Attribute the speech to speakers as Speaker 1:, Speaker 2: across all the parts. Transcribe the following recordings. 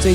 Speaker 1: 最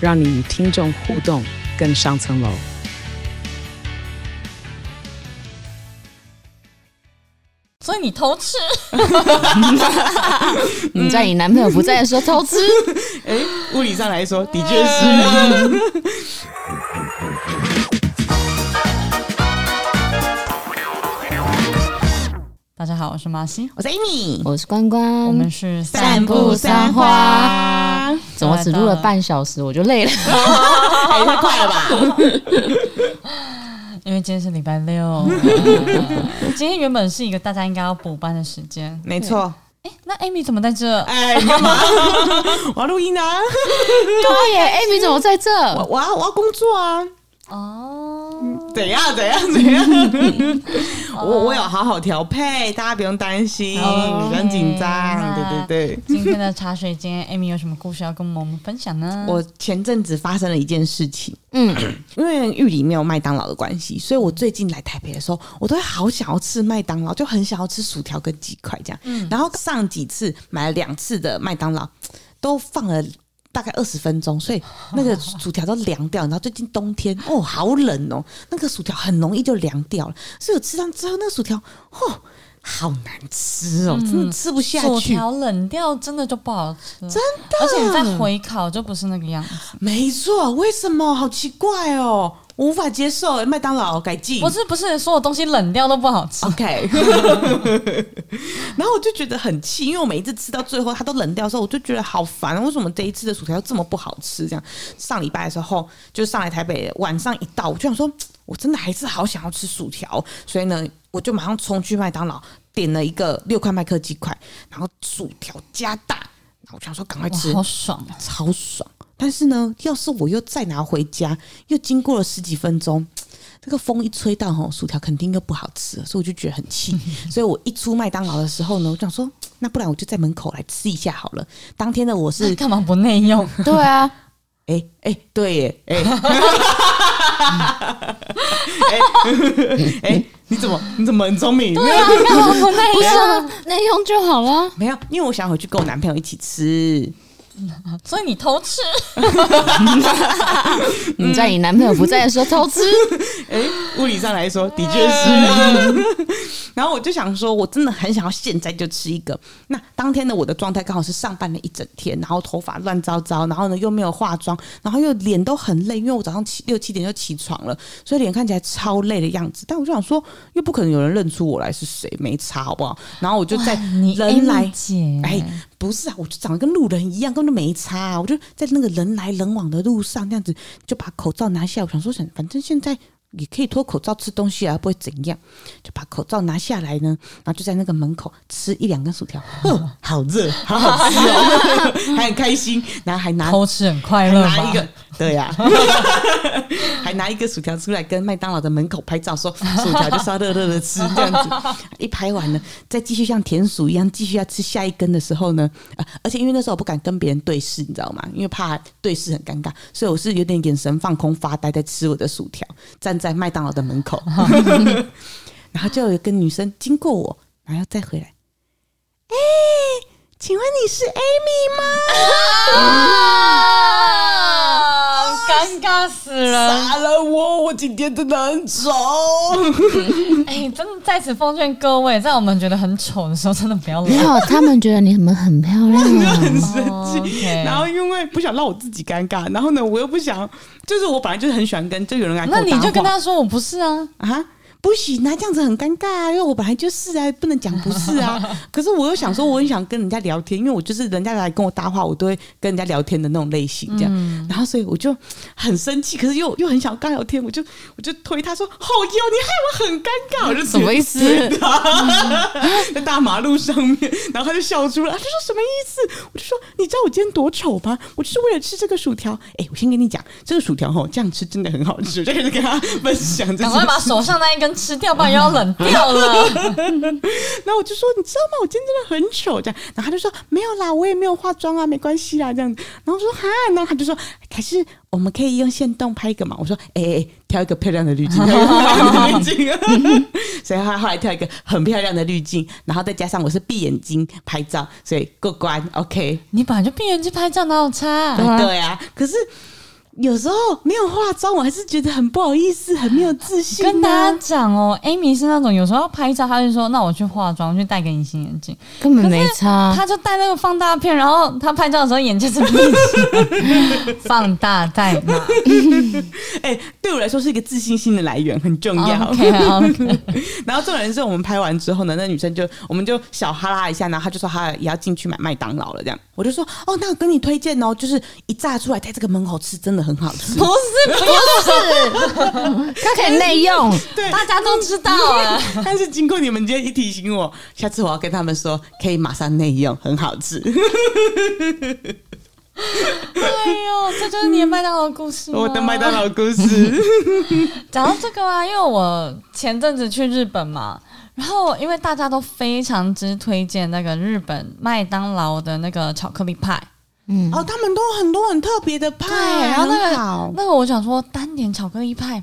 Speaker 1: 让你与听众互动更上层楼。
Speaker 2: 所以你偷吃，
Speaker 3: 你在你男朋友不在的时候偷吃，
Speaker 4: 哎、物理上 来说的确是。
Speaker 2: 大家好，我是马西，
Speaker 4: 我是 Amy，
Speaker 3: 我是关关，
Speaker 2: 我们是
Speaker 3: 散步三花。怎么只录了半小时我就累了？
Speaker 4: 还太快了吧？
Speaker 2: 因为今天是礼拜六， 今天原本是一个大家应该要补班的时间。
Speaker 4: 没错。
Speaker 2: 哎、那 Amy 怎么在这？
Speaker 4: 哎，你干嘛？ 我要录音啊！
Speaker 3: 对 耶，艾哎米怎么在这？
Speaker 4: 我我要我要工作啊！
Speaker 2: 哦，
Speaker 4: 怎样怎样怎样？我我有好好调配，大家不用担心，
Speaker 2: 哦
Speaker 4: 不用紧张。
Speaker 2: 那
Speaker 4: 对对对。
Speaker 2: 今天的茶水间，Amy 有什么故事要跟我们分享呢？
Speaker 4: 我前阵子发生了一件事情，
Speaker 3: 嗯，
Speaker 4: 因为玉里没有麦当劳的关系，所以我最近来台北的时候，我都会好想要吃麦当劳，就很想要吃薯条跟鸡块这样。
Speaker 2: 嗯
Speaker 4: 然后上几次买了两次的麦当劳，都放了。大概二十分钟，所以那个薯条都凉掉。然后最近冬天哦，好冷哦，那个薯条很容易就凉掉了。所以我吃上之后，那个薯条哦，好难吃哦，真的吃不下
Speaker 2: 嗯薯
Speaker 4: 去。
Speaker 2: 条冷掉真的就不好吃，真
Speaker 4: 的
Speaker 2: 而且你再回烤就不是那个样子。
Speaker 4: 没错，为什么？好奇怪哦，我无法接受。麦当劳改进，
Speaker 2: 不是不是，所有东西冷掉都不好吃。
Speaker 4: OK，然后我就觉得很气，因为我每一次吃到最后它都冷掉的时候，我就觉得好烦，为什么这一次的薯条这么不好吃？这样上礼拜的时候就上来台北，晚上一到我就想说，我真的还是好想要吃薯条，所以呢，我就马上冲去麦当劳点了一个六块麦克鸡块，然后薯条加大，然后我就想说赶快吃
Speaker 2: 哇，，好爽啊！
Speaker 4: 超爽。但是呢，要是我又再拿回家，又经过了十几分钟，这个风一吹到吼，薯条肯定又不好吃了，所以我就觉得很 气。所以我一出麦当劳的时候呢，我就想说，那不然我就在门口来吃一下好了。当天呢，我是
Speaker 2: 你 干嘛不内用？
Speaker 3: 对啊，
Speaker 4: 哎哎、对耶， 哎、哎、哎你怎么你怎么很聪明？
Speaker 3: 对啊，干嘛不内用？内用就好了。
Speaker 4: 没有，因为我想回去跟我男朋友一起吃。
Speaker 2: 所以你偷吃，
Speaker 3: 你在你男朋友不在的时候偷吃，
Speaker 4: 哎、物理上来说的确是。啊 然后我就想说，我真的很想要现在就吃一个。那当天的我的状态刚好是上班了一整天，然后头发乱糟糟，然后呢又没有化妆，然后又脸都很累，因为我早上七六七点就起床了，所以脸看起来超累的样子。但我就想说，又不可能有人认出我来是谁，没差好不好？然后我就在
Speaker 2: 你
Speaker 4: 人来
Speaker 2: Amy 姐，
Speaker 4: 哎，不是啊，我就长得跟路人一样，根本就没差、啊。我就在那个人来人往的路上，这样子就把口罩拿下。我想说，想反正现在也可以脱口罩吃东西啊，不会怎样。就把口罩拿下来呢，然后就在那个门口吃一两根薯条，哦，好热，好好吃哦， 还很开心。然后还拿
Speaker 2: 偷吃很快
Speaker 4: 还
Speaker 2: 乐
Speaker 4: 拿一
Speaker 2: 吧
Speaker 4: 个？，对呀、还拿一个薯条出来跟麦当劳的门口拍 照，说薯条就是要热热的吃这样子。一拍完了，再继续像田鼠一样继续要吃下一根的时候呢，啊，而且因为那时候我不敢跟别人对视，你知道吗？因为怕对视很尴尬，所以我是有点眼神放空发呆，在吃我的薯条，站在麦当劳的门 口，然后就有一个女生经过我，然后再回来，哎、请问你是 Amy 吗？
Speaker 2: 啊，尴尬死了！
Speaker 4: 杀了我！我今天真的很丑。
Speaker 2: 哎、真的在此奉劝各位，在我们觉得很丑的时候，真的不要
Speaker 3: 没
Speaker 2: 来。
Speaker 3: 有，他们觉得你们很漂亮。啊
Speaker 2: o k
Speaker 4: 然后因为不想让我自己尴尬，然后呢，我又不想，就是我本来就是很喜欢跟就有人来
Speaker 2: 那
Speaker 4: 跟我搭
Speaker 2: 你就跟
Speaker 4: 话
Speaker 2: 他说我不是啊，
Speaker 4: 啊。不行啊，这样子很尴尬啊，因为我本来就是啊，不能讲不是啊。可是我又想说，我很想跟人家聊天，因为我就是人家来跟我搭话，我都会跟人家聊天的那种类型，这样。然后所以我就很生气，可是又又很想跟他聊天，我就我就推他说：“好哟，你害我很尴尬。”我 就
Speaker 3: 什么意思？
Speaker 4: 在大马路上面，然后他就笑出来，他说什么意思？我就说你知道我今天多丑吗？我就是为了吃这个薯条。哎、我先跟你讲，这个薯条吼这样吃真的很好吃，我就开始跟他分享这
Speaker 2: 赶
Speaker 4: 件
Speaker 2: 快把
Speaker 4: 事。
Speaker 2: 手上那一根吃掉，不然又要冷掉 了。
Speaker 4: 然后我就说你知道吗？我今天真的很丑这样。然后他就说没有啦，我也没有化妆啊，没关系啦这样子。然后我说哈，然后他就说可是我们可以用线动拍一个嘛。我说哎哎、哎挑一个漂亮的滤镜，
Speaker 2: 嗯
Speaker 4: 挑一个漂亮的滤镜。所以他后来挑一个很漂亮的滤镜，然后再加上我是闭眼睛拍照，所以过关 OK。
Speaker 2: 你本来就闭眼睛拍照，哪有差、啊？
Speaker 4: 对啊，可是有时候没有化妆，我还是觉得很不好意思，很没有自信、啊。
Speaker 2: 跟大家讲哦，Amy 是那种有时候要拍照，她就说：“那我去化妆，去戴个隐形眼镜。
Speaker 3: 根本没差。
Speaker 2: 她就戴那个放大片，然后她拍照的时候眼睛是闭起来放大在哪
Speaker 4: 哎、对我来说是一个自信心的来源，很重要。
Speaker 2: ？OK OK，
Speaker 4: 然后重点是我们拍完之后呢，那女生就我们就小哈拉一下，然后她就说她也要进去买麦当劳了，这样我就说哦，那我跟你推荐哦，就是一炸出来在这个门口吃，真的很好吃
Speaker 2: 不。是不
Speaker 3: 它可以内用，
Speaker 4: 对
Speaker 2: 是，大家都知道啊。
Speaker 4: 但是经过你们今天一提醒我，下次我要跟他们说可以马上内用，很好吃。
Speaker 2: 哎呦，这就是你的麦当劳故事吗。
Speaker 4: 哦我的麦当劳故事，
Speaker 2: 讲到这个啊，因为我前阵子去日本嘛，然后因为大家都非常之推荐那个日本麦当劳的那个巧克力派，
Speaker 3: 嗯，
Speaker 4: 哦，他们都有很多很特别的派，
Speaker 2: 对然后那个
Speaker 4: 很好
Speaker 2: 那个我想说单点巧克力派，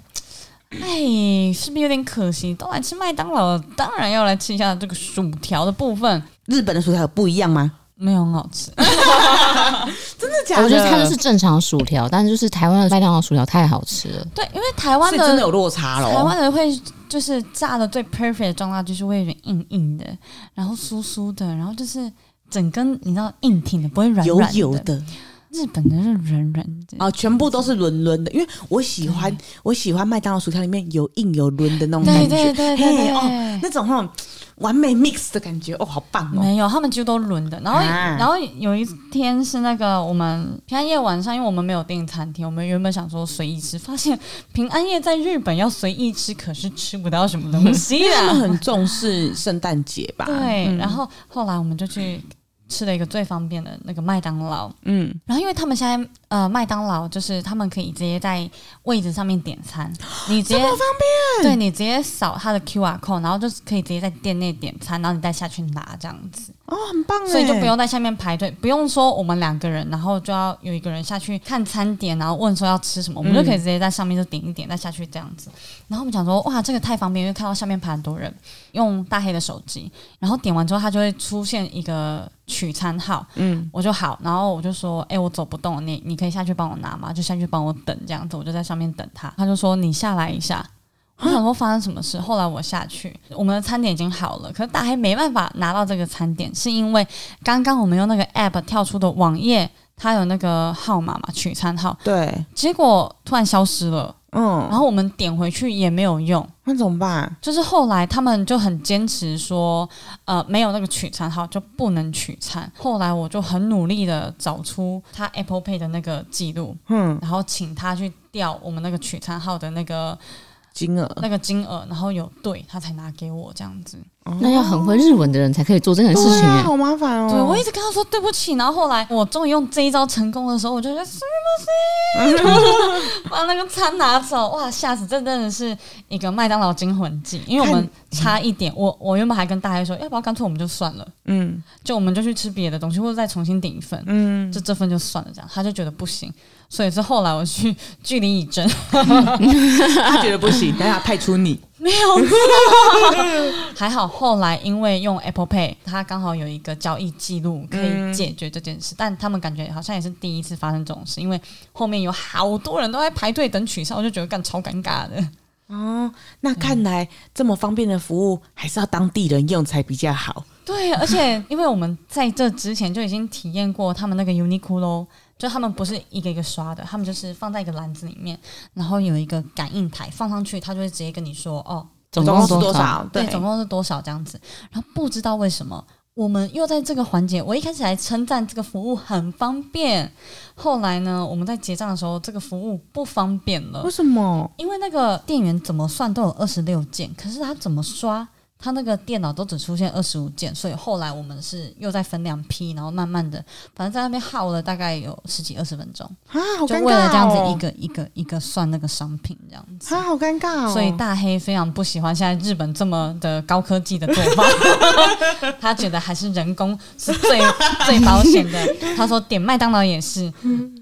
Speaker 2: 哎，是不是有点可惜？都来吃麦当劳了，当然要来吃一下这个薯条的部分，
Speaker 4: 日本的薯条有不一样吗？
Speaker 2: 没有很好吃。
Speaker 4: 真的假的？
Speaker 3: 哦我觉得它就是正常薯条，但是就是台湾的麦当劳薯条太好吃了。
Speaker 2: 对，因为台湾
Speaker 4: 所以
Speaker 2: 的
Speaker 4: 真的有哦落差咯。
Speaker 2: 台湾的会就是炸的最 perfect 的状态，就是会有点硬硬的，然后酥酥的，然后就是整根你知道硬挺的，不会软
Speaker 4: 油
Speaker 2: 软
Speaker 4: 油
Speaker 2: 的。
Speaker 4: 的
Speaker 2: 日本的是软软的，
Speaker 4: 啊，全部都是轮轮的，因为我喜欢我喜欢麦当劳薯条里面有硬有轮的那种感
Speaker 2: 对
Speaker 4: 觉，
Speaker 2: 对对对对
Speaker 4: 嘿哦，那种那种完美 mix 的感觉，哦，好棒哦！
Speaker 2: 没有，他们几乎都轮的。然后，
Speaker 4: 啊
Speaker 2: 然后有一天是那个我们平安夜晚上，因为我们没有订餐厅，我们原本想说随意吃，发现平安夜在日本要随意吃，可是吃不到什么东西啊
Speaker 4: 因为 他们
Speaker 2: 的。
Speaker 4: 很重视圣诞节吧？
Speaker 2: 对，
Speaker 4: 嗯
Speaker 2: 然后后来我们就去吃了一个最方便的那个麦当劳，
Speaker 4: 嗯，
Speaker 2: 然后因为他们现在呃麦当劳就是他们可以直接在位置上面点 餐，你直接方便，对你直接扫它的 QR code，然后就是可以直接在店内点餐，然后你再下去拿这样子，
Speaker 4: 哦，很棒哎，
Speaker 2: 所以就不用在下面排队，不用说我们两个人，然后就要有一个人下去看餐点，然后问说要吃什么，我们就可以直接在上面就点一点，再下去这样子。然后我们想说哇，这个太方便，因为看到下面排很多人，用大黑的手机，然后点完之后它就会出现一个取餐号，
Speaker 4: 嗯，
Speaker 2: 我就好，然后我就说，哎、我走不动了，你你可以下去帮我拿吗？就下去帮我等这样子，我就在上面等他。他就说你下来一下。我想说发生什么事，后来我下去，我们的餐点已经好了，可是大黑没办法拿到这个餐点，是因为刚刚我们用那个 app 跳出的网页，它有那个号码嘛，取餐号，
Speaker 4: 对，
Speaker 2: 结果突然消失了，然
Speaker 4: 嗯，
Speaker 2: 后我们点回去也没有用，
Speaker 4: 那怎么办？
Speaker 2: 就是后来他们就很坚持说，呃，没有那个取餐号就不能取餐。后来我就很努力的找出他 Apple Pay 的那个记录，
Speaker 4: 嗯，
Speaker 2: 然后请他去调我们那个取餐号的那个
Speaker 4: 金额
Speaker 2: 那个金额，然后有对他才拿给我这样子。
Speaker 3: 那要很会日文的人才可以做这件事情
Speaker 4: 对啊
Speaker 3: 哎。
Speaker 4: 好麻烦哦。
Speaker 2: 对我一直跟他说对不起，然后后来我终于用这一招成功的时候，我就觉得什么把那个餐拿走，哇，吓死！这真的是一个麦当劳惊魂记，因为我们差一点，我我原本还跟大黑说，要不要干脆我们就算了，
Speaker 4: 嗯
Speaker 2: 就我们就去吃别的东西，或者再重新点一份，
Speaker 4: 嗯，
Speaker 2: 就这份就算了，这样他就觉得不行，所以是后来我去 据理以争，
Speaker 4: 他觉得不 行，等下派出你，
Speaker 2: 没有 错，还好后来因为用 Apple Pay，它刚好有一个交易记录可以解决这件事，但他们感觉好像也是第一次发生这种事，因为后面有好多人都在排队等取消，我就觉得干超尴尬的。
Speaker 4: 哦，那
Speaker 2: 嗯
Speaker 4: 看来这么方便的服务还是要当地人用才比较好。
Speaker 2: 对，而且因为我们在这之前就已经体验过他们那个 Uniqlo，就他们不是一个一个刷的，他们就是放在一个篮子里面，然后有一个感应台放上去，它就会直接跟你说哦。
Speaker 3: 总
Speaker 4: 共
Speaker 3: 共
Speaker 4: 是多
Speaker 3: 少？
Speaker 4: 少？
Speaker 2: 对，总共是多少这样子。然后不知道为什么，我们又在这个环节，我一开始还称赞这个服务很方便，后来呢，我们在结账的时候，这个服务不方便了
Speaker 4: 为，什么？
Speaker 2: 因为那个店员怎么算都有二十六件，可是他怎么刷？他那个电脑都只出现二十五件，所以后来我们是又在分两批，然后慢慢的，反正在那边耗了大概有十几二十分钟，
Speaker 4: 啊，好
Speaker 2: 就
Speaker 4: 尴尬、哦！
Speaker 2: 为了这样子一个一个一个算那个商品这样子
Speaker 4: 啊，。好尴尬哦！
Speaker 2: 所以大黑非常不喜欢现在日本这么的高科技的做法，他觉得还是人工是最 最保险的。他说点麦当劳也是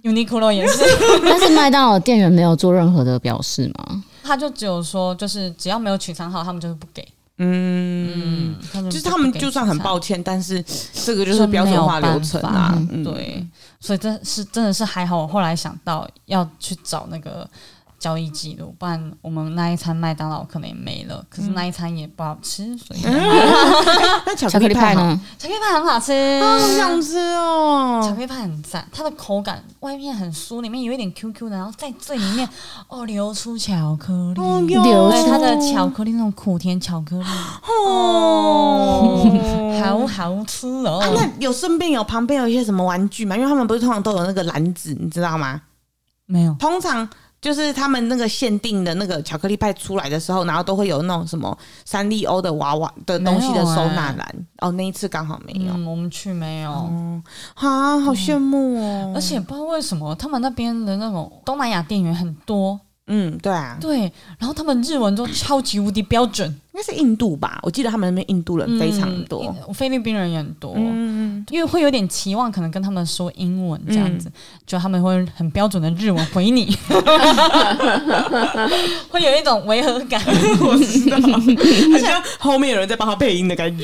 Speaker 2: ，Uniqlo 也是，
Speaker 3: 但是麦当劳店员没有做任何的表示嘛？
Speaker 2: 他就只有说就是只要没有取餐号，他们就是不给。
Speaker 4: 嗯，
Speaker 2: 嗯，他们
Speaker 4: 就
Speaker 2: 就是
Speaker 4: 他们就算很
Speaker 2: 不给取餐
Speaker 4: 抱歉，但是这个就是标准化流程啊
Speaker 2: 真，
Speaker 4: 嗯，
Speaker 2: 对，所以这是真的是还好，我后来想到要去找那个交易记录，不然我们那一餐麦当劳可能也没了，可是那一餐也不好吃，所以
Speaker 4: 嗯
Speaker 2: 嗯
Speaker 4: 那巧
Speaker 3: 巧克力
Speaker 4: 克力
Speaker 3: 派
Speaker 4: 派呢？
Speaker 3: 呢？
Speaker 2: 巧克力派很好吃。
Speaker 4: 啊，好想吃
Speaker 2: 巧
Speaker 4: 哦！
Speaker 2: 克力派很赞，它的口感外面很酥，里面有一点 QQ 的，然后在最里面哦流出巧克力，
Speaker 4: 哦
Speaker 2: 对
Speaker 4: 哟
Speaker 3: 流出
Speaker 2: 它的巧克力那种苦甜巧克力，
Speaker 4: 哦，
Speaker 2: 好好吃哦
Speaker 4: 啊。 那有顺便有旁边有一些什么玩具嘛？因为他们不是通常都有那个篮子，你知道吗？
Speaker 2: 没有，
Speaker 4: 通常就是他们那个限定的那个巧克力派出来的时候，然后都会有那种什么三丽鸥的娃娃的东西的收纳篮。
Speaker 2: 啊
Speaker 4: 哦，那一次刚好没有。哦
Speaker 2: 嗯，我们去没有。
Speaker 4: 啊，好羡慕哦！
Speaker 2: 嗯而且不知道为什么，他们那边的那种东南亚店员很多，
Speaker 4: 嗯，对啊，
Speaker 2: 对，然后他们日文都超级无敌标准，
Speaker 4: 应该是印度吧？我记得他们那边印度人非常多。
Speaker 2: 嗯菲律宾人也很多，
Speaker 4: 嗯，
Speaker 2: 因为会有点期望，可能跟他们说英文这样子，就他们会很标准的日文回 你，会有一种违和感，
Speaker 4: 我知道， 好像后面有人在帮他配音的感觉。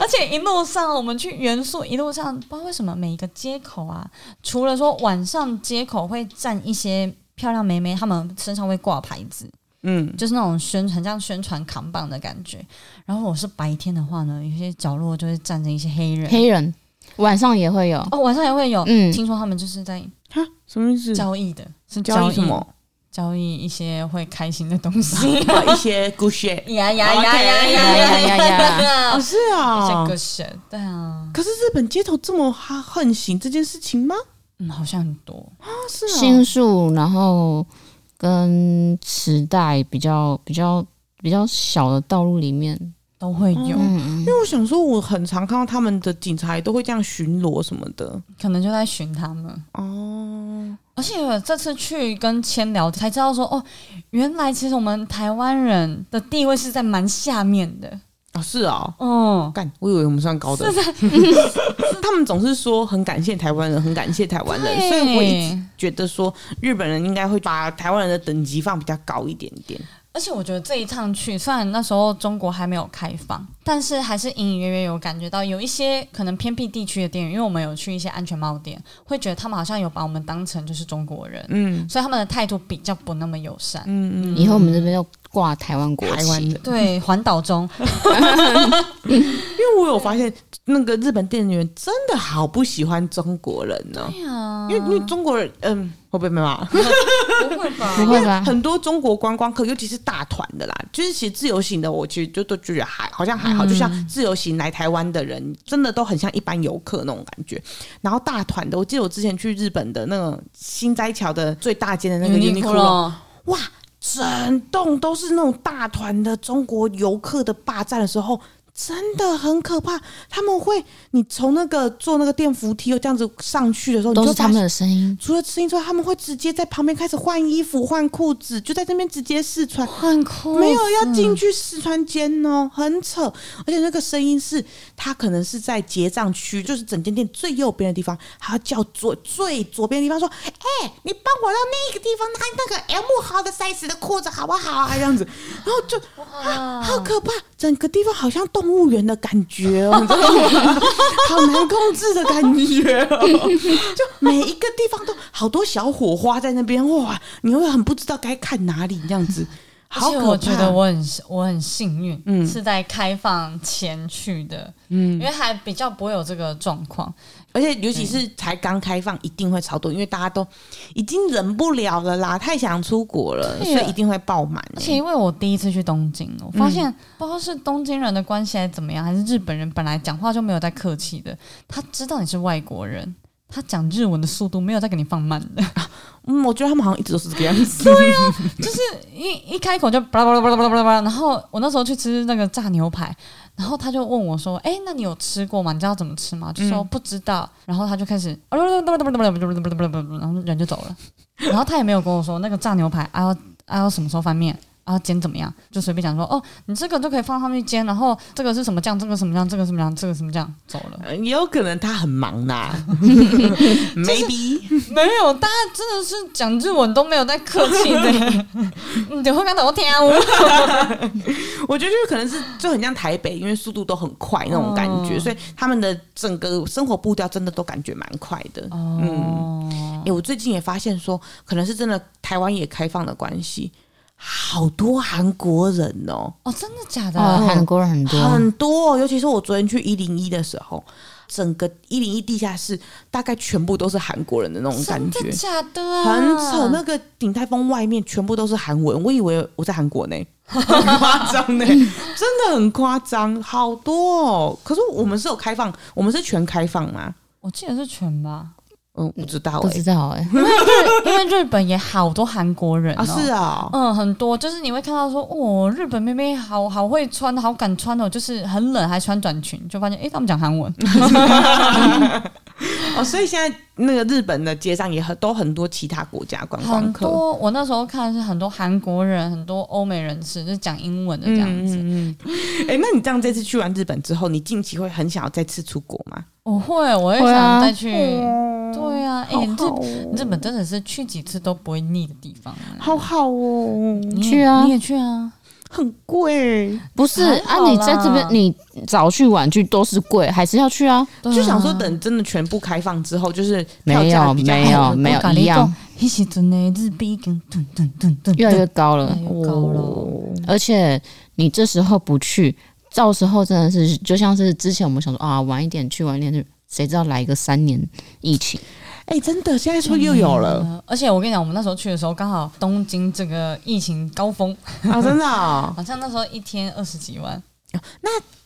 Speaker 2: 而且一路上我们去元素，一路上不知道为什么每一个街口啊，除了说晚上街口会站一些漂亮妹妹，她们身上会挂牌子，
Speaker 4: 嗯，
Speaker 2: 就是那种宣很像宣传扛棒的感觉。然后我是白天的话呢，有些角落就会站着一些黑人，
Speaker 3: 黑人晚上也会有，
Speaker 2: 哦，晚上也会有。
Speaker 3: 嗯
Speaker 2: 听说他们就是在
Speaker 4: 哈，什么意思？
Speaker 2: 交易的，是
Speaker 4: 嗯交易什？么？哦
Speaker 2: 交易一些会开心的东 西。哦
Speaker 4: 一些 good shit。
Speaker 2: 呀呀呀呀
Speaker 4: OK
Speaker 2: 呀呀呀呀
Speaker 4: 哦，
Speaker 2: 呀！
Speaker 4: 是啊
Speaker 2: 这。个神，对啊，
Speaker 4: 可是日本街头这么哈横行这件事情吗？
Speaker 2: 嗯，好像很多。
Speaker 4: 啊，是
Speaker 3: 新宿，然后跟池袋比较比较比较小的道路里面，
Speaker 2: 都会有，
Speaker 3: 嗯嗯
Speaker 4: 因，为我想说，我很常看到他们的警察也都会这样巡逻什么的。
Speaker 2: 可能就在寻他们。
Speaker 4: 哦，
Speaker 2: 而且这次去跟千聊才知道说，哦，原来其实我们台湾人的地位是在蛮下面的。
Speaker 4: 哦，是哦。
Speaker 2: 哦，
Speaker 4: 干，我以为我们算高的。 他们总是说很感谢台湾人，很感谢台湾人，所以我一直
Speaker 2: 对
Speaker 4: 觉得说日本人应该会把台湾人的等级放比较高一点点。
Speaker 2: 而且我觉得这一趟去，虽然那时候中国还没有开放，但是还是隐隐约约有感觉到有一些可能偏僻地区的店员，因为我们有去一些安全帽店，会觉得他们好像有把我们当成就是中国人，
Speaker 4: 嗯
Speaker 2: 所以他们的态度比较不那么友善。
Speaker 4: 嗯嗯，
Speaker 3: 以后我们这边要挂台湾国
Speaker 4: 台湾
Speaker 3: 旗，
Speaker 4: 人，
Speaker 2: 对，环岛中，
Speaker 4: 因为我有发现那个日本店员真的好不喜欢中国人呢、
Speaker 2: 对啊
Speaker 4: 因为因为中国人，嗯，会不会没办 法？
Speaker 2: 不会吧
Speaker 3: 不会吧？
Speaker 4: 很多中国观光客，尤其是大团的啦，就是写自由行的，我其实就都觉得还好像还
Speaker 2: 嗯
Speaker 4: 好，就像自由行来台湾的人，真的都很像一般游客那种感觉。然后大团的，我记得我之前去日本的那个新斋桥的最大间的
Speaker 2: 嗯
Speaker 4: 那个 Uniqlo，
Speaker 2: Uniqlo
Speaker 4: 哇，整栋都是那种大团的中国游客的霸占的时候。真的很可怕，他们会，你从那个坐那个电扶梯又这样子上去的时候，你
Speaker 3: 都
Speaker 4: 就是
Speaker 3: 他
Speaker 4: 发现
Speaker 3: 们的声音，
Speaker 4: 除了吃音之外，他们会直接在旁边开始换衣服、换裤子，就在这边直接试穿，
Speaker 2: 换裤子
Speaker 4: 没有要进去试穿间哦，很扯。而且那个声音是，他可能是在结账区，就是整间店最右边的地方，还要叫左最左边的地方说：“哎、你帮我到那个地方拿那个 M 号的 size 的裤子好不好啊？”这样子，然后就啊，好可怕，整个地方好像动物园的感觉哦，你知道吗？好难控制的感觉哦， 就每一个地方都好多小火花在那边，哇，你会很不知道该看哪里这样子。
Speaker 2: 而
Speaker 4: 好
Speaker 2: 且
Speaker 4: 可怕！
Speaker 2: 我觉得我很我很幸运，
Speaker 4: 嗯
Speaker 2: 是在开放前去的，因为还比较不会有这个状况。
Speaker 4: 而且尤其是才刚开放，一定会超多，因为大家都已经忍不了了啦，太想出国了，
Speaker 2: 对啊
Speaker 4: 所以一定会爆满、欸
Speaker 2: 而且因为我第一次去东京，我发现不知道是东京人的关系还是怎么样，还是日本人本来讲话就没有在客气的，他知道你是外国人，他讲日文的速度没有在给你放慢的，
Speaker 4: 嗯，我觉得他们好像一直都是这个样子。
Speaker 2: 啊就是一一开口就巴拉巴拉巴拉巴拉巴拉巴拉。然后我那时候去吃那个炸牛排，然后他就问我说：“哎、那你有吃过吗？你知道怎么吃吗？”就说不知道，然后他就开始，然后人就走了，然后他也没有跟我说那个炸牛排啊要啊要什么时候翻面。啊，煎怎么样？就随便讲说哦，你这个就可以放上去煎，然后这个是什么酱，这个什么酱，这个什么酱，这个什么酱，走了。
Speaker 4: 呃 也有可能他很忙 啦，maybe
Speaker 2: 没有，大家真的是讲日文都没有在客气 的，嗯你就会感到我天啊！
Speaker 4: 我觉得就是可能是就很像台北，因为速度都很快那种感觉，
Speaker 2: 哦
Speaker 4: 所以他们的整个生活步调真的都感觉蛮快的。
Speaker 2: 哦，
Speaker 4: 哎、我最近也发现说，可能是真的台湾也开放的关系，好多韩国人哦、
Speaker 2: 哦，真的假的？
Speaker 3: 哦，韩国人很多，
Speaker 4: 很多、哦，尤其是我昨天去一零一的时候，整个一零一地下室大概全部都是韩国人的那种感觉
Speaker 2: 真，的假的啊？
Speaker 4: 很扯。那个鼎泰丰外面全部都是韩文，我以为我在韩国 呢，很夸张呢，真的很夸张，好多哦。可是我们是有开放，我们是全开放吗？
Speaker 2: 我记得是全吧，
Speaker 4: 嗯，不知道
Speaker 3: 不
Speaker 4: 哎、
Speaker 3: 知道哎、欸，
Speaker 2: 因为日本也好多韩国人、哦、
Speaker 4: 啊，是啊、
Speaker 2: 嗯，很多就是你会看到说，哦，日本妹妹好好会穿，好敢穿哦，就是很冷还穿短裙，就发现诶，他们讲韩 文，
Speaker 4: 哦，所以现在那个日本的街上也很都很多其他国家观光
Speaker 2: 很
Speaker 4: 客，
Speaker 2: 多。我那时候看的是很多韩国人，很多欧美人士，就是讲英文的这样子。
Speaker 4: 嗯嗯嗯哎、那你这样这次去完日本之后，你近期会很想要再次出国吗？
Speaker 2: 我会，我会
Speaker 3: 会啊
Speaker 2: 想再去。对啊，诶，
Speaker 4: 好
Speaker 2: 日
Speaker 4: 好哦
Speaker 2: 日本真的是去几次都不会腻的地方、啊。
Speaker 4: 好好哦，
Speaker 2: 你也
Speaker 3: 去啊
Speaker 2: 嗯你也去啊。
Speaker 4: 很贵，
Speaker 3: 不是
Speaker 2: 还
Speaker 3: 啊
Speaker 2: 好？啦
Speaker 3: 你在这边，你早去晚去都是贵，还是要去啊？
Speaker 2: 对啊
Speaker 4: 就想说等真的全部开放之后，就是票
Speaker 3: 没
Speaker 4: 价
Speaker 3: 有，
Speaker 4: 比较
Speaker 3: 没
Speaker 4: 好
Speaker 2: 哦
Speaker 3: 有，没有一样，。
Speaker 2: 迄时阵的日币已经顿顿顿顿
Speaker 3: 越来越高了。
Speaker 2: 高了。
Speaker 4: 哦
Speaker 3: 而且你这时候不去，到时候真的是就像是之前我们想说啊，晚一点去，晚一点去，谁知道来一个三年疫情，
Speaker 4: 哎、真的，现在是不是又有了
Speaker 3: 嗯
Speaker 2: 呃而且我跟你讲，我们那时候去的时候，刚好东京这个疫情高峰，
Speaker 4: 啊？真的、 哦，
Speaker 2: 好像那时候一天二十几万。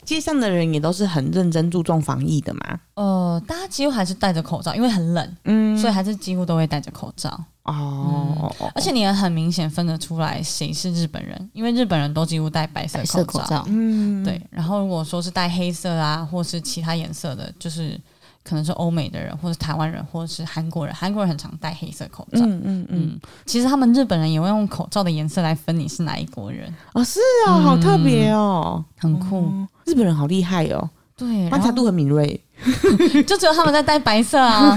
Speaker 4: 街上的人也都是很认真注重防疫的嘛。
Speaker 2: 呃，大家几乎还是戴着口罩，因为很冷，
Speaker 4: 嗯，
Speaker 2: 所以还是几乎都会戴着口罩。
Speaker 4: 哦，
Speaker 2: 而且你也很明显分得出来谁是日本人，因为日本人都几乎戴白色口
Speaker 3: 白哎色口
Speaker 2: 罩。
Speaker 3: 罩，
Speaker 4: 嗯，
Speaker 2: 对，然后如果说是戴黑色啊，或是其他颜色的，就是可能是欧美的人，或是台湾人，或是韩国人。韩国人很常戴黑色口罩。
Speaker 4: 嗯嗯嗯，
Speaker 2: 嗯，其实他们日本人也会用口罩的颜色来分你是哪一国人，
Speaker 4: 哦，是哦，好特别哦，
Speaker 2: 很酷。
Speaker 4: 哦日本人好厉害哦，
Speaker 2: 对，
Speaker 4: 观
Speaker 2: 然
Speaker 4: 察
Speaker 2: 后
Speaker 4: 度很敏锐。
Speaker 2: 就只有他们在戴白色 啊，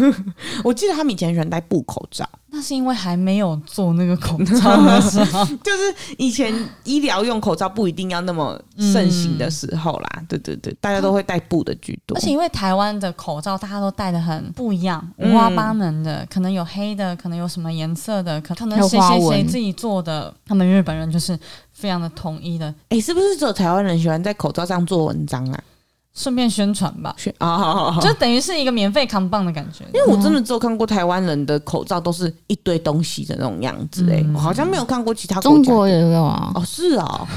Speaker 4: 我记得他们以前喜欢戴布口罩，
Speaker 2: 那是因为还没有做那个口罩的时 候。
Speaker 4: 就是以前医疗用口罩不一定要那么盛行的时候啦。对对对，大家都会戴布的居多。
Speaker 2: 而且因为台湾的口罩大家都戴的很不一样，五花
Speaker 4: 嗯
Speaker 2: 八门的，可能有黑的，可能有什么颜色的，可可能
Speaker 3: 还有
Speaker 2: 谁
Speaker 3: 花
Speaker 2: 谁谁
Speaker 3: 纹
Speaker 2: 自己做的。他们日本人就是非常的统一的，
Speaker 4: 哎、是不是只有台湾人喜欢在口罩上做文章啊？
Speaker 2: 顺便宣传吧，
Speaker 4: 选啊、哦，
Speaker 2: 就等于是一个免费扛棒的感觉。
Speaker 4: 因为我真的
Speaker 2: 嗯
Speaker 4: 只有看过台湾人的口罩都是一堆东西的那种样子、哎、
Speaker 2: 嗯
Speaker 4: 我好像没有看过其他
Speaker 3: 中
Speaker 4: 家
Speaker 3: 国也有啊，
Speaker 4: 哦，是哦，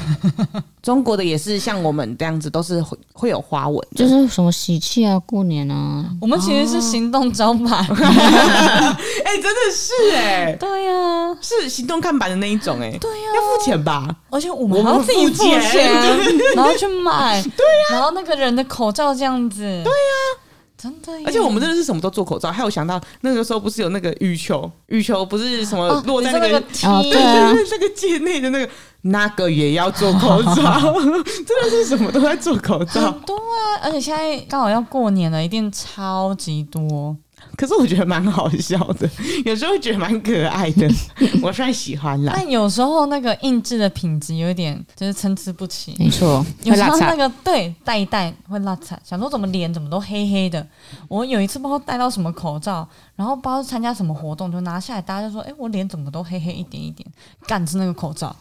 Speaker 4: 中国的也是像我们这样子，都是会会有花纹的，
Speaker 3: 就是什么喜气啊，过年啊，
Speaker 2: 我们其实是行动招牌，
Speaker 4: 哎、真的是哎、
Speaker 2: 对呀、
Speaker 4: 是行动看板的那一种哎、
Speaker 2: 对啊呀、
Speaker 4: 要付钱吧？
Speaker 2: 而且我
Speaker 4: 我
Speaker 2: 们
Speaker 4: 们
Speaker 2: 还要自己
Speaker 4: 付
Speaker 2: 付
Speaker 4: 钱
Speaker 2: 钱， 然后去买，对呀、然后那个人的口罩这样子，对呀、真的耶，
Speaker 4: 而且我们真的是什么都做口罩，还有想到那个时候不是有那个羽球，羽球不是什么
Speaker 2: 哦
Speaker 4: 落
Speaker 2: 你
Speaker 4: 在
Speaker 2: 说
Speaker 4: 那
Speaker 2: 那
Speaker 4: 个
Speaker 2: 个。T，、嗯
Speaker 3: 啊
Speaker 4: 对
Speaker 3: 对啊
Speaker 4: 对对，那个界内的那个那个也要做口 罩， 真的是什么都在做口罩
Speaker 2: 很。多啊，而且现在刚好要过年了，一定超级多。
Speaker 4: 可是我觉得蛮好笑的， 有时候会觉得蛮可爱 的，我算喜欢啦。
Speaker 2: 但有时候那个印制的品质有一点就是参差不齐，
Speaker 3: 没错，
Speaker 2: 有
Speaker 3: 会
Speaker 2: 时
Speaker 3: 拉
Speaker 2: 候那
Speaker 3: 差。
Speaker 2: 个对戴一戴会拉惨，想说怎么脸怎么都黑黑的。我有一次不知道戴到什么口罩，然后不知道参加什么活动就拿下来，大家就说：“哎、我脸怎么都黑黑一点一点？”干是那个口罩，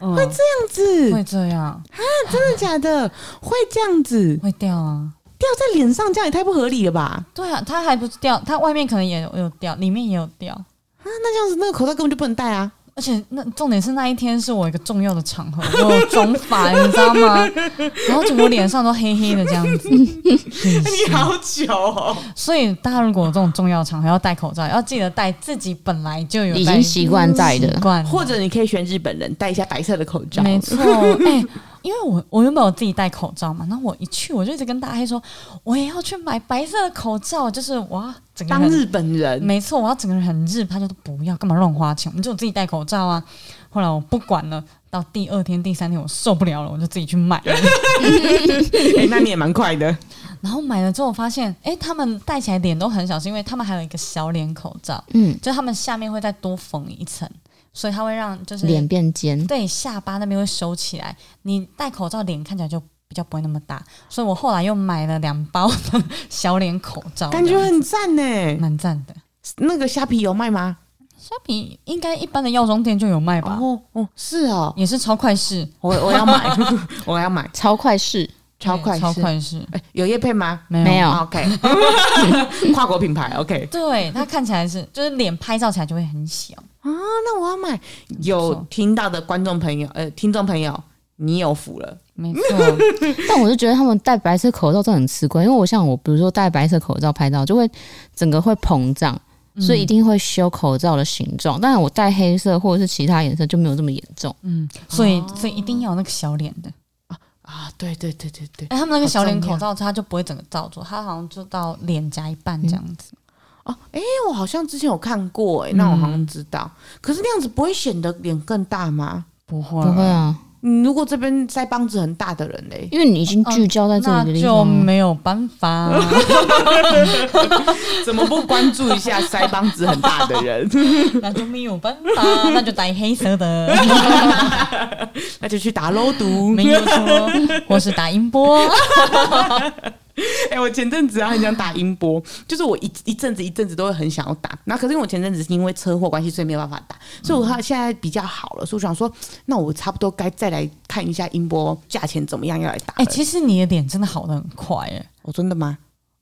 Speaker 2: 嗯，会这
Speaker 4: 这样子，
Speaker 2: 会这样，
Speaker 4: 真的假的？会这样子
Speaker 2: 会掉啊。
Speaker 4: 掉在脸上，这样也太不合理了吧？
Speaker 2: 对啊，它还不是掉，它外面可能也有有掉，里面也有掉。
Speaker 4: 啊，那这样子那个口罩根本就不能戴啊！
Speaker 2: 而且那重点是那一天是我一个重要的场合，我有妆发，你知道 吗？然后整个脸上都黑黑的这样子，
Speaker 4: 你好糗哦，
Speaker 2: 所以大家如果有这种重要场合要戴口罩，要记得戴自己本来就有
Speaker 3: 已
Speaker 2: 戴
Speaker 3: 经习惯戴的
Speaker 2: 习，惯了，
Speaker 4: 或者你可以选日本人戴一下白色的口罩，
Speaker 2: 没错，哎、 因为我我原本我自己戴口罩嘛，然后我一去我就一直跟大黑说，我也要去买白色的口罩，就是我要整个
Speaker 4: 当
Speaker 2: 人
Speaker 4: 日本人。
Speaker 2: 没错，我要整个人很日，他就说不要，干嘛乱花钱？我们就自己戴口罩啊。后来我不管了，到第二天、第三天我受不了了，我就自己去买了。
Speaker 4: 哎、那你也蛮快的，
Speaker 2: 然后买了之后，我发现，哎、他们戴起来脸都很小，是因为他们还有一个小脸口罩，
Speaker 3: 嗯，
Speaker 2: 就他们下面会再多缝一层，所以它会让就是
Speaker 3: 嗯脸变尖，
Speaker 2: 对下巴那边会收起来。你戴口罩，脸看起来就比较不会那么大。所以我后来又买了两包的小脸口罩，
Speaker 4: 感觉很赞呢。
Speaker 2: 蛮赞的。
Speaker 4: 那个虾皮有卖吗？
Speaker 2: 相比应该一般的药妆店就有卖吧。
Speaker 4: 哦哦，是 哦，
Speaker 2: 也是超快式，
Speaker 4: 我我要买， 我要买，
Speaker 3: 超快式，
Speaker 4: 超快
Speaker 2: 对
Speaker 4: 是
Speaker 2: 超快式，
Speaker 4: 哎有叶配吗？
Speaker 2: 没有
Speaker 3: 没有
Speaker 4: 啊 OK，跨国品牌 OK
Speaker 2: 对，它看起来是就是脸拍照起来就会很小，
Speaker 4: 啊，那我要买。有听到的观众朋友，呃，听众朋友，你有福了。
Speaker 2: 没 错，
Speaker 3: 但我就觉得他们戴白色口罩真的很吃亏，因为我像我，比如说戴白色口罩拍照，就会整个会膨胀，所以一定会修口罩的形状。但是我戴黑色或者是其他颜色就没有这么严重。
Speaker 2: 嗯，所以所以一定要有那个小脸的，
Speaker 4: 啊，对对对对对，
Speaker 2: 哎，他们那个
Speaker 4: 好
Speaker 2: 小脸
Speaker 4: 重要
Speaker 2: 口罩它就不会整个罩住，它好像就到脸颊一半这样子，
Speaker 4: 哦，哎、我好像之前有看过、哎，那我好像知道。可是那样子不会显得脸更大吗？
Speaker 2: 不会
Speaker 3: 不会啊，
Speaker 4: 你如果这边腮帮子很大的人嘞，
Speaker 3: 因为你已经聚焦在这
Speaker 2: 哦那
Speaker 3: 一个地
Speaker 2: 就
Speaker 3: 方 啊，
Speaker 2: 没有办法，
Speaker 4: 怎么不关注一下腮帮子很大的人？
Speaker 2: 那就没有办法，那就戴黑色的，
Speaker 4: 那就去打肉毒
Speaker 2: 没。有错，或是打音波，
Speaker 4: 哎、我前阵子啊很想打音波，就是我一一阵子一阵子都会很想要打，那可是因为我前阵子是因为车祸关系，所以没有办法打，所以我现在比较好了，所以我想说，那我差不多该再来看一下音波价钱怎么样，要来打了。
Speaker 2: 哎，其实你的脸真的好的很快，哎，
Speaker 4: 我、真的吗？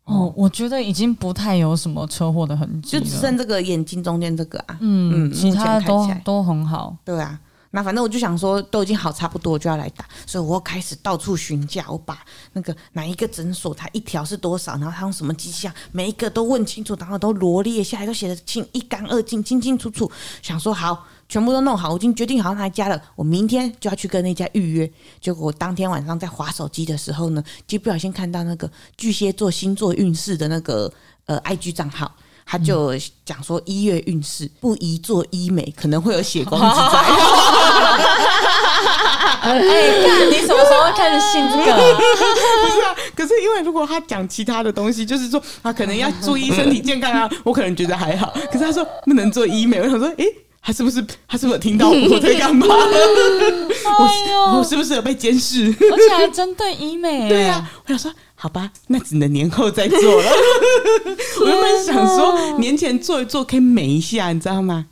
Speaker 2: 哦，我觉得已经不太有什么车祸的痕迹
Speaker 4: 就
Speaker 2: 了，
Speaker 4: 只剩这个眼睛中间这个啊，
Speaker 2: 嗯，
Speaker 4: 嗯
Speaker 2: 其
Speaker 4: 目前
Speaker 2: 他的
Speaker 4: 看
Speaker 2: 都
Speaker 4: 起来
Speaker 2: 都很好。
Speaker 4: 对啊，那反正我就想说，都已经好差不多，我就要来打，所以我又开始到处询价，我把那个哪一个诊所它一条是多少，然后它用什么机箱，每一个都问清楚，然后都罗列下来，都写的清一干二净，清清楚楚。想说好，全部都弄好，我已经决定好那家了，我明天就要去跟那家预约。结果我当天晚上在划手机的时候呢，就不小心看到那个巨蟹座星座运势的那个呃 IG 账号。他就讲说一月运势不宜做医美，可能会有血光之灾。
Speaker 2: 哎、看你什么时候开始信这个？
Speaker 4: 啊可是因为如果他讲其他的东西，就是说他可能要注意身体健康 啊，我可能觉得还好。可是他说不能做医美，我想说，诶、他是不是他是不是有听到我在干 嘛？
Speaker 2: 哎
Speaker 4: 我
Speaker 2: 呦，
Speaker 4: 是不是有被监视？
Speaker 2: 而且还针对医美、
Speaker 4: 对啊，我想说，好吧，那只能年后再做了。 我原本想
Speaker 2: 啊
Speaker 4: 说年前做一做，可以美一下，你知道吗？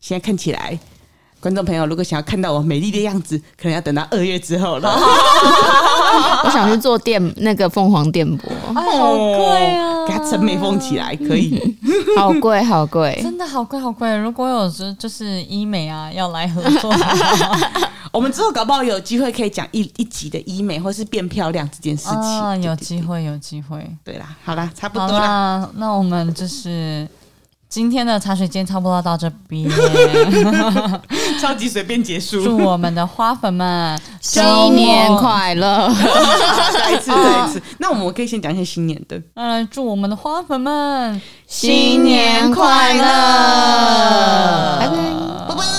Speaker 4: 现在看起来，观众朋友如果想要看到我美丽的样子，可能要等到二月之后 了。
Speaker 3: 我想去做电那个凤凰电波，
Speaker 2: 哎， 好贵啊！
Speaker 4: 给它成美缝起来，可以。
Speaker 3: 好贵好贵。
Speaker 2: 真的好贵好贵！如果有时就是医美啊，要来合作，
Speaker 4: 我们之后搞不好有机会可以讲一一集的医美或是变漂亮这件事情。
Speaker 2: 啊，
Speaker 4: 对
Speaker 2: 有
Speaker 4: 对
Speaker 2: 机会有机会。
Speaker 4: 对啦，好啦，差不
Speaker 2: 好
Speaker 4: 多啦。
Speaker 2: 啦，那我们就是今天的茶水间差不多到这 边，
Speaker 4: 超级随便结 束。
Speaker 2: 祝我们的花粉们
Speaker 3: 新年！快乐！
Speaker 4: 再一次，再一次。那我们可以先讲一些新年的。
Speaker 2: 嗯，祝我们的花粉们
Speaker 3: 新年快乐
Speaker 2: 拜
Speaker 3: 拜拜
Speaker 4: 拜拜。